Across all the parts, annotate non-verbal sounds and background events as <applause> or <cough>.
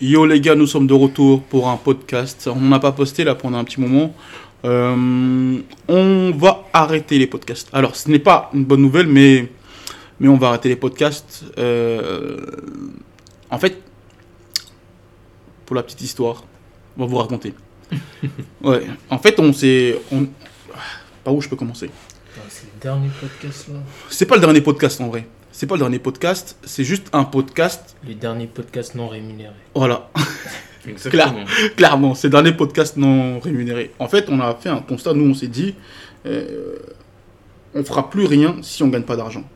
Yo les gars, nous sommes de retour pour un podcast. On n'a pas posté là pendant un petit moment. Euh, on va arrêter les podcasts. Alors, ce n'est pas une bonne nouvelle, mais, mais on va arrêter les podcasts. Euh, en fait, pour la petite histoire, on va vous raconter. Ouais, en fait, on s'est. On... Par où je peux commencer Putain, C'est le dernier podcast là. C'est pas le dernier podcast en vrai. C'est pas le dernier podcast, c'est juste un podcast. Le dernier podcast non rémunéré. Voilà, Exactement. clairement, c'est le dernier podcast non rémunéré. En fait, on a fait un constat, nous on s'est dit, euh, on fera plus rien si on gagne pas d'argent.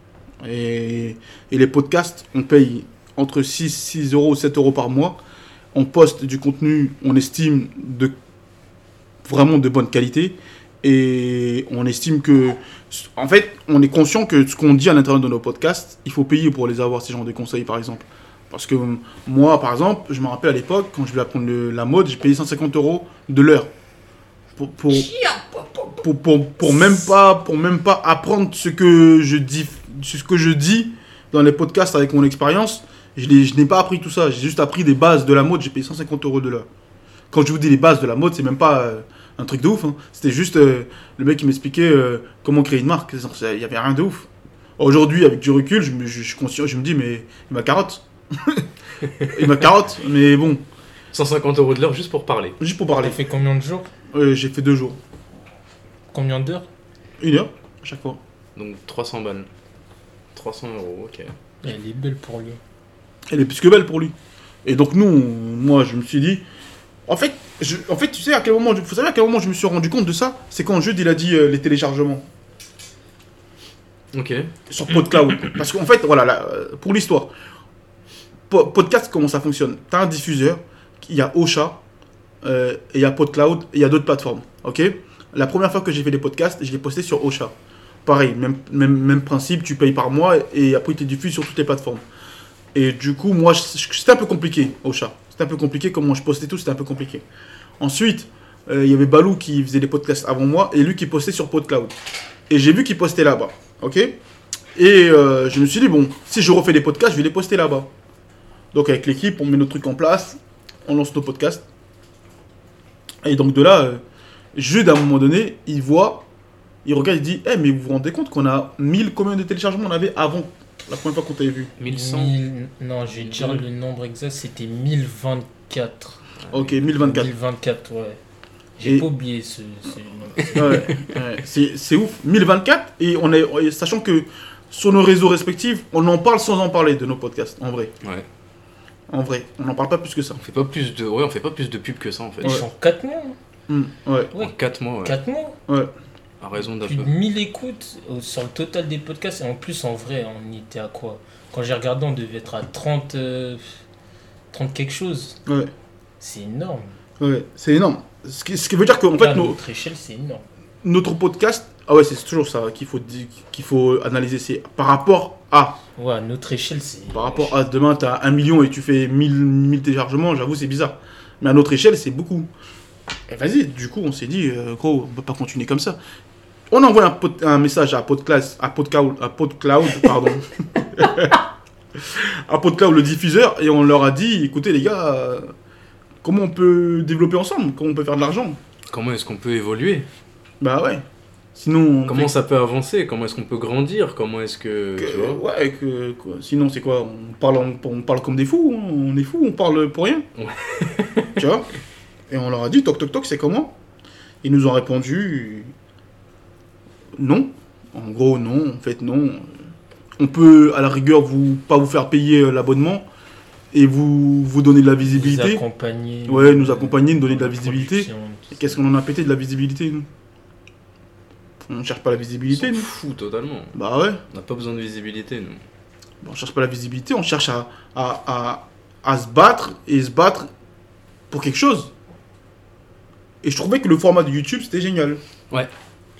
Et, et les podcasts, on paye entre 6, 6 euros, 7 euros par mois. On poste du contenu, on estime, de vraiment de bonne qualité. Et on estime que. En fait, on est conscient que ce qu'on dit à l'intérieur de nos podcasts, il faut payer pour les avoir, ces genres de conseils, par exemple. Parce que euh, moi, par exemple, je me rappelle à l'époque, quand je voulais apprendre le- la mode, j'ai payé 150 euros de l'heure. Pour, pour, pour, pour, pour même pas, pour même pas apprendre ce que je dis, ce que je dis dans les podcasts avec mon expérience. Je l'ai- je n'ai pas appris tout ça. J'ai juste appris des bases de la mode. J'ai payé 150 euros de l'heure. Quand je vous dis les bases de la mode, c'est même pas euh, un truc de ouf. hein. C'était juste euh, le mec qui m'expliquait euh, comment créer une marque. C'est- Il y avait rien de ouf. Aujourd'hui, avec du recul, je me, je, je suis conscient, je me dis, mais il m'a carotte. <laughs> il m'a carotte, mais bon, 150 euros de l'heure juste pour parler. juste pour T'as parler. fait combien de jours Euh, J'ai fait deux jours. Combien d'heures Une heure, à chaque fois. Donc 300 balles. 300 euros, ok. Elle est belle pour lui. elle est plus que belle pour lui. Et donc nous, on- moi, je me suis dit, en fait, je, en fait, tu sais à quel moment, je- vous savez à quel moment je me suis rendu compte de ça, c'est quand Jude il a dit euh, les téléchargements Ok. sur PodCloud. Parce qu'en fait, voilà, là, euh, pour l'histoire, po- podcast comment ça fonctionne T'as un diffuseur, il y a Ocha, euh, et il y a PodCloud, et il y a d'autres plateformes. Ok La première fois que j'ai fait des podcasts, je l'ai posté sur Ocha. Pareil, même, même, même principe, tu payes par mois et après tu diffuses sur toutes les plateformes. Et du coup, moi, je- je- c'était un peu compliqué, Ocha. C'était un peu compliqué, comment je postais tout, c'était un peu compliqué. Ensuite, euh, il y avait Balou qui faisait des podcasts avant moi et lui qui postait sur PodCloud. Et j'ai vu qu'il postait là-bas. Ok Et euh, je me suis dit, bon, si je refais des podcasts, je vais les poster là-bas. Donc avec l'équipe, on met nos trucs en place, on lance nos podcasts. Et donc de là, euh, Jude, à un moment donné, il voit, il regarde, il dit Eh, mais vous vous rendez compte qu'on a 1000 combien de téléchargements on avait avant la première fois qu'on t'avait vu 1100. Mille- Non, je vais Mille dire deux. le nombre exact, c'était 1024. Ok, 1024. <laughs> 1024, ouais. J'ai Et- pas oublié ce, ce nombre. Ouais, ouais, c'est c'est ouf. 1024, et on est, et sachant que sur nos réseaux respectifs, on en parle sans en parler de nos podcasts, en vrai. Ouais. En vrai, on n'en parle pas plus que ça. On fait pas plus de. Ouais, on fait pas plus de pub que ça en fait. Ils sont 4 mois. Hmm, ouais, Ouais. En 4 mois, ouais. 4 mois. À raison d'un Plus de peu. 1000 écoutes au- sur le total des podcasts. Et en plus, en vrai, on était à quoi Quand j'ai regardé, on devait être à 30, euh, 30 quelque chose. ouais, C'est énorme. ouais, c'est énorme. Ce qui, ce qui veut dire qu'en fait, Là, nos, notre échelle, c'est énorme. notre podcast, ah ouais, c'est toujours ça qu'il faut, di- qu'il faut analyser, c'est par rapport à, Ouais, à notre échelle, c'est. par rapport à demain, tu as 1 million et tu fais 1000, 1000 téléchargements, j'avoue, c'est bizarre. Mais à notre échelle, c'est beaucoup. Et vas-y, du coup, on s'est dit, euh, gros, on peut pas continuer comme ça. On envoie un, pod- un message à Podclass, à Podcloud, à Podcloud, pardon. à Podcloud, le diffuseur, et on leur a dit, écoutez les gars, euh, comment on peut développer ensemble Comment on peut faire de l'argent Comment est-ce qu'on peut évoluer Bah ouais. Sinon, on fait Comment ça peut avancer Comment est-ce qu'on peut grandir Comment est-ce que. Tu Que- vois Euh, ouais, que, quoi. sinon c'est quoi on parle, on, on parle comme des fous, hein. on est fous, on parle pour rien. Ouais. <laughs> tu vois Et on leur a dit, toc toc toc, c'est comment Ils nous ont répondu, euh, non. En gros, non, en fait, non. On peut, à la rigueur, vous pas vous faire payer euh, l'abonnement et vous, vous donner de la Nous visibilité. accompagner. Ouais, nous accompagner, nous donner de la dans visibilité. production, tout Et Qu'est-ce ça. qu'on en a pété de la visibilité, nous On cherche pas la visibilité, On s'en nous fout totalement. Bah ouais. On n'a pas besoin de visibilité, nous. on cherche pas la visibilité, on cherche à, à, à- à se battre et se battre pour quelque chose. Et je trouvais que le format de YouTube c'était génial. Ouais.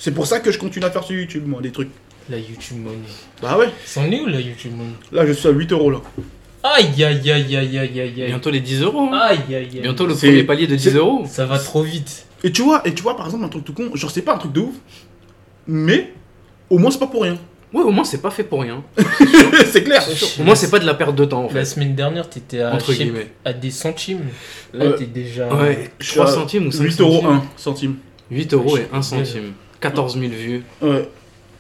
C'est pour ça que je continue à faire sur YouTube, moi, des trucs. La YouTube Money. Bah ouais, C'en est où la YouTube Money là je suis à 8 euros là. Aïe aïe aïe aïe aïe aïe aïe. Bientôt les 10 euros. hein. Aïe aïe aïe. Bientôt le C'est- premier palier de 10 c'est- euros. Ça va trop vite. Et tu vois, et tu vois par exemple un truc tout con, genre c'est pas un truc de ouf, mais au moins c'est pas pour rien. <laughs> Ouais, au moins, c'est pas fait pour rien. c'est clair. Ouais, Au moins, c'est pas de la perte de temps, en La fait. semaine dernière, t'étais à, Entre je sais guillemets. pas, à des centimes. Là, Euh, t'es déjà. Ouais, Je suis 3 à centimes ou 5 8 euros 1 centime. 8 euros et Je- 1 centime. 14 000 vues. Ouais.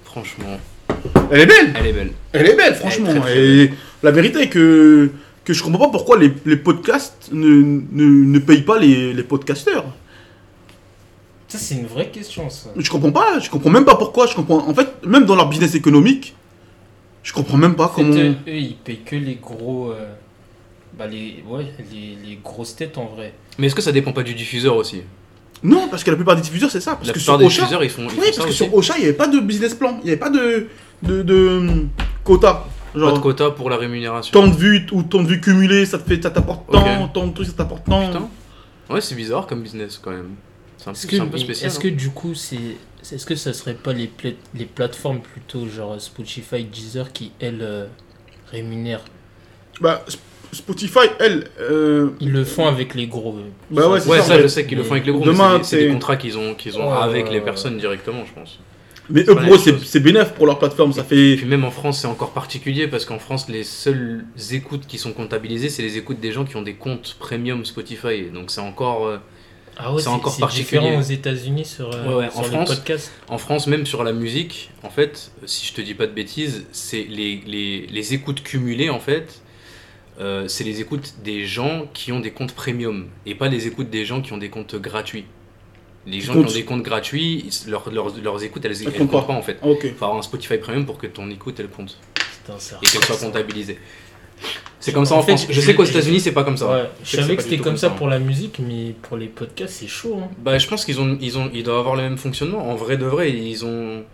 Franchement, Elle est belle elle est belle. Elle est belle, franchement. Elle est très, très et la vérité est que, que je comprends pas pourquoi les, les podcasts ne, ne, ne payent pas les, les podcasteurs. Ça, c'est une vraie question, ça. Je comprends pas, je comprends même pas pourquoi. Je comprends. En fait, même dans leur business économique, je comprends même pas En fait, comment. eux, eux, ils payent que les gros. euh, bah, les, ouais, les, les grosses têtes en vrai. Mais est-ce que ça dépend pas du diffuseur aussi Non, parce que la plupart des diffuseurs, c'est ça. Parce La que plupart sur des Ocha, diffuseurs, ils font, ils oui, font ça parce que aussi. sur Ocha, il n'y avait pas de business plan, il n'y avait pas de, de, de quota. Pas de Genre, quota pour la rémunération. tant de vues ou tant de vues cumulées, ça te fait, ça t'apporte tant, Ok. tant de trucs, ça t'apporte tant. Putain. Ouais, c'est bizarre comme business quand même. C'est un, Est-ce peu- que, c'est un peu spécial. hein. est-ce que du coup, c'est. c'est- Est-ce que ça serait pas les, pla- les plateformes plutôt, genre Spotify, Deezer, qui elles euh, rémunèrent Bah, Sp- Spotify, elle, euh, Ils le font avec les gros. euh. Bah Ça, ouais, hein. c'est Ouais, ça, ça mais je sais qu'ils le font avec les groupes. demain, mais c'est des- c'est t'es- des contrats qu'ils ont, qu'ils ont Ouais, avec ouais, les ouais. personnes directement, je pense. mais c'est eux pas pour eux, la même c'est chose. c'est bénéf pour leur plateforme, ça Et fait. puis même en France, c'est encore particulier parce qu'en France, les seules écoutes qui sont comptabilisées, c'est les écoutes des gens qui ont des comptes premium Spotify. Donc c'est encore. euh, Ah ouais, C'est encore particulier. différent aux États-Unis sur, euh, Ouais, ouais, sur en les France, podcasts. En France, même sur la musique, en fait, si je te dis pas de bêtises, c'est les, les, les écoutes cumulées, en fait, euh, c'est les écoutes des gens qui ont des comptes premium et pas les écoutes des gens qui ont des comptes gratuits. Les gens comptes- qui ont des comptes gratuits, ils- leurs- leurs- leurs écoutes, elles, elles comptent comptent pas. pas. en fait. Ah, Ok. Faut avoir un Spotify premium pour que ton écoute, elle compte Putain, ça et qu'elle soit comptabilisée. C'est comme ça en, En fait, France. Je je- sais qu'aux je- États-Unis, c'est pas comme ça. Ouais, je sais que c'est savais pas que c'était du tout comme comme ça ça, hein. pour la musique, mais pour les podcasts, c'est chaud. hein. Bah, je pense qu'ils ont, ils ont, ils doivent avoir le même fonctionnement. En vrai de vrai, ils ont,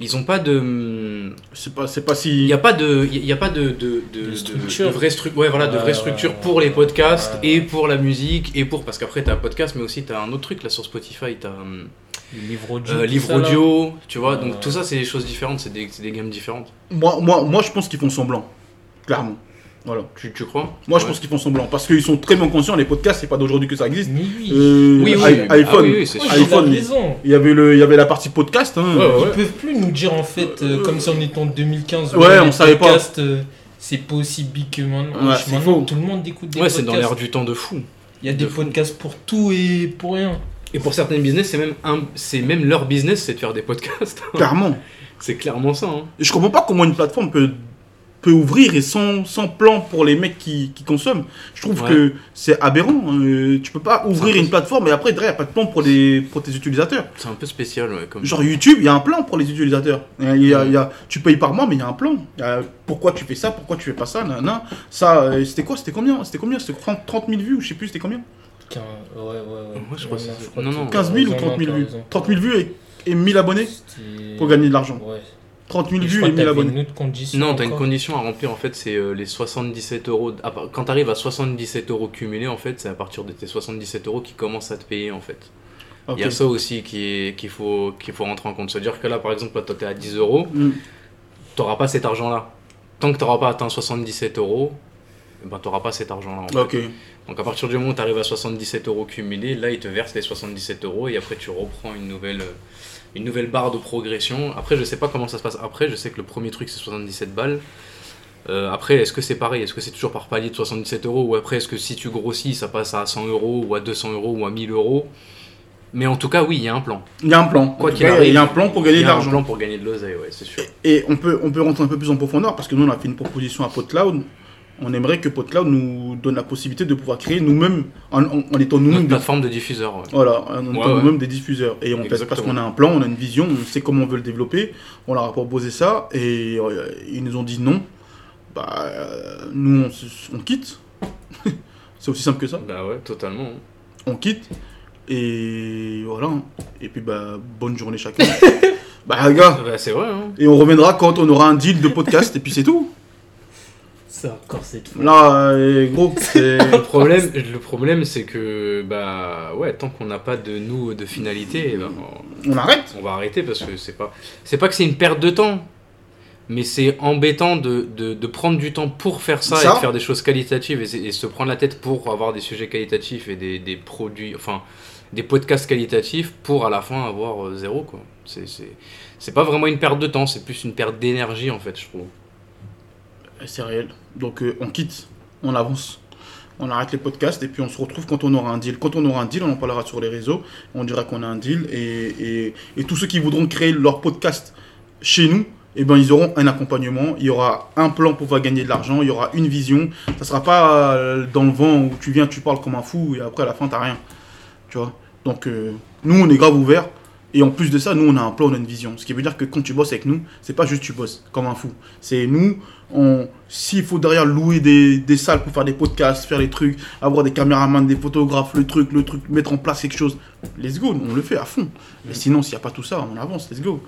ils ont pas de. hum, C'est pas, c'est pas Il si. n'y a pas de, il y a pas de, de, de, De de- structure. de vraie structure. Ouais, voilà, de Ouais, vraie structure ouais, pour les ouais, podcasts ouais. et pour la musique et pour parce qu'après t'as podcast, mais aussi t'as un autre truc là sur Spotify, t'as hum, Les livres audio. euh, tout livre ça, là. Euh. audio, tu vois. Ouais. Donc tout ça, c'est des choses différentes, c'est des, c'est des gammes différentes. Moi, moi, moi, je pense qu'ils font semblant. Clairement. Voilà. Tu, tu crois Moi, je Ouais. pense qu'ils font semblant. Parce qu'ils sont très bien conscients, les podcasts, c'est pas d'aujourd'hui que ça existe. Mais oui. Euh, Oui, oui, i- oui. Ah iPhone. oui, oui, c'est Ouais, sûr. il a iPhone. raison. Il y avait le, il y avait la partie podcast. Hein. Ouais, ouais. Ils peuvent plus nous dire en fait, euh, Euh, comme si on était en 2015. Ouais, les on savait pas. podcasts, euh, c'est pas aussi big que maintenant. Ouais, c'est Maintenant, faux. Tout le monde écoute des Ouais, c'est podcasts. dans l'air du temps de fou. Il y a des de fou. podcasts pour tout et pour rien. Et pour certains business, c'est même un, c'est même leur business, c'est de faire des podcasts. <laughs> Clairement. c'est clairement ça. hein. Et je comprends pas comment une plateforme peut, peut ouvrir et sans, sans plan pour les mecs qui, qui consomment. Je trouve Ouais. que c'est aberrant. Euh, tu peux pas ouvrir une plateforme et après, derrière, il n'y a pas de plan pour, les, pour tes utilisateurs. C'est un peu spécial, ouais. Comme... Genre YouTube, il y a un plan pour les utilisateurs. Il y a- il y a- tu payes par mois, mais il y a un plan. Il y a pourquoi tu fais ça Pourquoi tu fais pas ça nanana. Ça, euh, c'était quoi C'était combien C'était combien C'était 30, 30 000 vues ou je sais plus, c'était combien Quin- Ouais, ouais, ouais. Moi, je crois que c'est- que non, tu non. as 15 000 ou raison, 30 000 t'as vues raison. 30 000 vues et, et 1000 abonnés C'était- pour gagner de l'argent. Ouais. 30 000 Et je vues crois et que 1000 t'avais abonnés. une autre condition. Non, t'as une encore. condition à remplir en fait, c'est euh, les 77 euros. Ah, bah, Quand t'arrives à 77 euros cumulés, en fait, c'est à partir de tes 77 euros qui commencent à te payer en fait. Il Ok. y a ça aussi qui est- qu'il faut, qu'il faut rentrer en compte. C'est-à-dire que là, par exemple, là, toi t'es à 10 euros, Mm. t'auras pas cet argent là. Tant que t'auras pas atteint 77 euros, eh ben t'auras pas cet argent là. Ok. Donc à partir du moment où t'arrives à 77 euros cumulés, là ils te versent les 77 euros et après tu reprends une nouvelle, euh, une nouvelle barre de progression. Après je sais pas comment ça se passe après, je sais que le premier truc c'est 77 balles. Euh, après est-ce que c'est pareil Est-ce que c'est toujours par palier de 77 euros Ou après est-ce que si tu grossis ça passe à 100 euros ou à 200 euros ou à 1000 euros Mais en tout cas oui il y a un plan. Il y a un plan. En Quoi tout qu'il cas, arrive, il y a un plan pour gagner il de y a un l'argent. plan pour gagner de l'oseille, ouais c'est sûr. Et on peut, on peut rentrer un peu plus en profondeur parce que nous, on a fait une proposition à PodCloud. On aimerait que PodCloud nous donne la possibilité de pouvoir créer nous-mêmes, en, en- en étant Une <laughs> nous-mêmes des, plateforme de diffuseur. ouais. voilà, en étant Ouais, ouais. nous-mêmes des diffuseurs. Et on fait parce Exactement. qu'on a un plan, on a une vision, on sait comment on veut le développer. On leur a proposé ça et euh, ils nous ont dit non. Bah, euh, nous, on, se- on quitte. <laughs> C'est aussi simple que ça. Bah ouais totalement. hein. On quitte. Et voilà. Et puis, bah, bonne journée <laughs> chacun. bah, les gars. Bah, c'est vrai. hein. Et on reviendra quand on aura un deal de podcast et puis c'est tout. C'est encore cette fois. Là, euh, gros, <laughs> c'est. Le problème, le problème c'est que bah ouais, tant qu'on n'a pas de nous de finalité, eh ben, On arrête on va arrêter parce que c'est pas c'est pas que c'est une perte de temps. Mais c'est embêtant de, de, de prendre du temps pour faire ça, Ça. et de faire des choses qualitatives et, se- et se prendre la tête pour avoir des sujets qualitatifs et des, des produits, enfin des podcasts qualitatifs pour à la fin avoir euh, zéro quoi. C'est- C'est c'est pas vraiment une perte de temps, c'est plus une perte d'énergie en fait, je trouve. C'est réel. Donc euh, on quitte, on avance, on arrête les podcasts et puis on se retrouve quand on aura un deal. Quand on aura un deal, on en parlera sur les réseaux, on dira qu'on a un deal et, et- et tous ceux qui voudront créer leur podcast chez nous, eh ben, ils auront un accompagnement, il y aura un plan pour pouvoir gagner de l'argent, il y aura une vision. Ça sera pas euh, dans le vent où tu viens, tu parles comme un fou et après à la fin t'as rien. Tu vois Donc euh, nous on est grave ouvert. Et en plus de ça, nous on a un plan, on a une vision. Ce qui veut dire que quand tu bosses avec nous, c'est pas juste tu bosses comme un fou. C'est nous, on- s'il faut derrière louer des, des salles pour faire des podcasts, faire des trucs, avoir des caméramans, des photographes, le truc, le truc, mettre en place quelque chose, let's go, on le fait à fond. Mm. Mais sinon, s'il n'y a pas tout ça, on avance, let's go.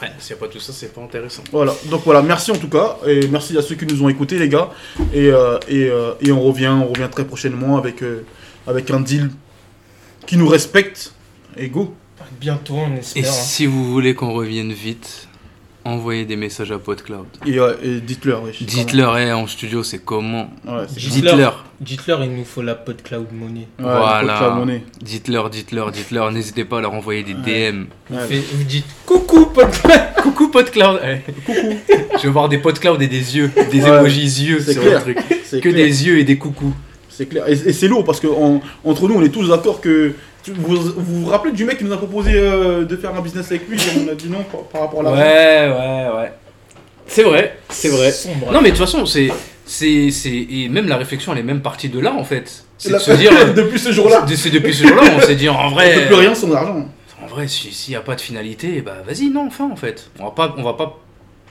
Ouais, s'il n'y a pas tout ça, c'est pas intéressant. Voilà, donc voilà, merci en tout cas, et merci à ceux qui nous ont écoutés, les gars. Et, euh, et, euh, et on revient, on revient très prochainement avec, euh, avec un deal qui nous respecte. Et go, Bientôt, on Et espère. hein. si vous voulez qu'on revienne vite, envoyez des messages à PodCloud. et, euh, et dites-leur. wesh. Dites-leur, eh, en studio, c'est comment Ouais, c'est- Dites-leur. Dites-leur. Dites-leur, hein. il nous faut la pod cloud money. ouais, Voilà. les potes, la monnaie. Dites-leur, dites-leur, dites-leur. N'hésitez pas à leur envoyer des Ouais. DM. Vous, Ouais. faites- vous dites coucou pod cloud. Coucou PodCloud. Coucou. <laughs> Je veux voir des PodCloud et des yeux, des Ouais. emojis yeux C'est sur clair. le truc. C'est Que clair. des yeux et des coucous. C'est clair. Et, et c'est lourd parce que en- entre nous, on est tous d'accord que. tu- vous, vous vous rappelez du mec qui nous a proposé euh, de faire un business avec lui et On a dit non par, par rapport à la. ouais, ouais. C'est vrai, c'est vrai. Sombre. Non mais de toute façon, c'est c'est c'est et même la réflexion elle est même partie de là en fait. C'est de La- <laughs> se dire euh, Depuis ce jour-là, c'est depuis ce jour-là, on s'est dit en on vrai peut plus rien sans argent. En vrai, si- s'il n'y a pas de finalité, bah vas-y, non, enfin, en fait. On va pas, on va pas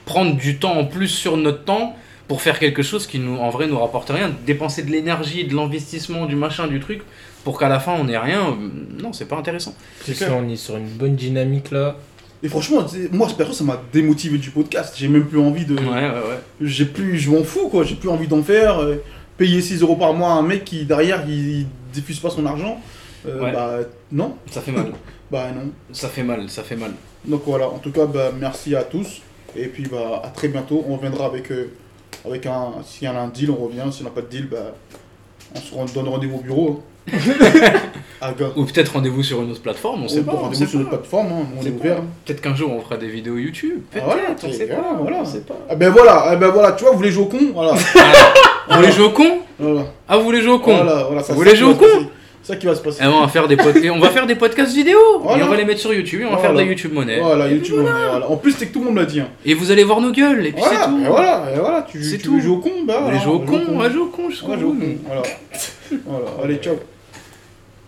prendre du temps en plus sur notre temps pour faire quelque chose qui, nous, en vrai, nous rapporte rien. Dépenser de l'énergie, de l'investissement, du machin, du truc, pour qu'à la fin, on ait rien, euh, non, c'est pas intéressant. Parce que là, on est sur une bonne dynamique là. Et franchement, c'est- moi perso, ça m'a démotivé du podcast. J'ai même plus envie de. Ouais, ouais, ouais. J'ai plus, je m'en fous quoi. J'ai plus envie d'en faire. euh, payer 6 euros par mois à un mec qui derrière, il, il diffuse pas son argent. euh, Ouais. Bah non, Ça fait mal. bah non. ça fait mal, ça fait mal. Donc voilà, en tout cas, bah, merci à tous. Et puis bah, à très bientôt. On reviendra avec, euh, avec un. S'il y en a un deal, on revient. S'il n'y en a pas de deal, bah, on se rend- donne rendez-vous au bureau. <laughs> ah, gars. Ou peut-être rendez-vous sur une autre plateforme, on On sait se pas. donne on rendez-vous sait sur notre pas. plateforme. hein, On On sait est pas. ouvert. Peut-être qu'un jour, on fera des vidéos YouTube. Ah, Peut-être, voilà, on les sait gars, pas. voilà. On sait pas. Ah ben voilà, ah ben voilà, tu vois, vous voulez jouer au con Voilà. Vous voulez jouer au con voilà. Ah, vous voulez jouer au con Voilà, voilà, ça, Vous ça voulez qui va jouer au se con Ah passer. C'est ça qui va se passer. Et Eh, on va faire des podcasts, on va faire des podcasts vidéo. Et Voilà. on va les mettre sur YouTube. Et on va faire de la Voilà. YouTube monnaie. Voilà, YouTube, on est- voilà. En plus, c'est que tout le monde l'a dit. hein. Et vous allez voir nos gueules. Et puis Voilà, c'est tout. et voilà, et voilà, tu, C'est tu tout. veux jouer au con Bah On va voilà, jouer au on con. On joue va jouer au con au jusqu'au con. On va jouer au bout. con. Voilà. Voilà, allez, ciao.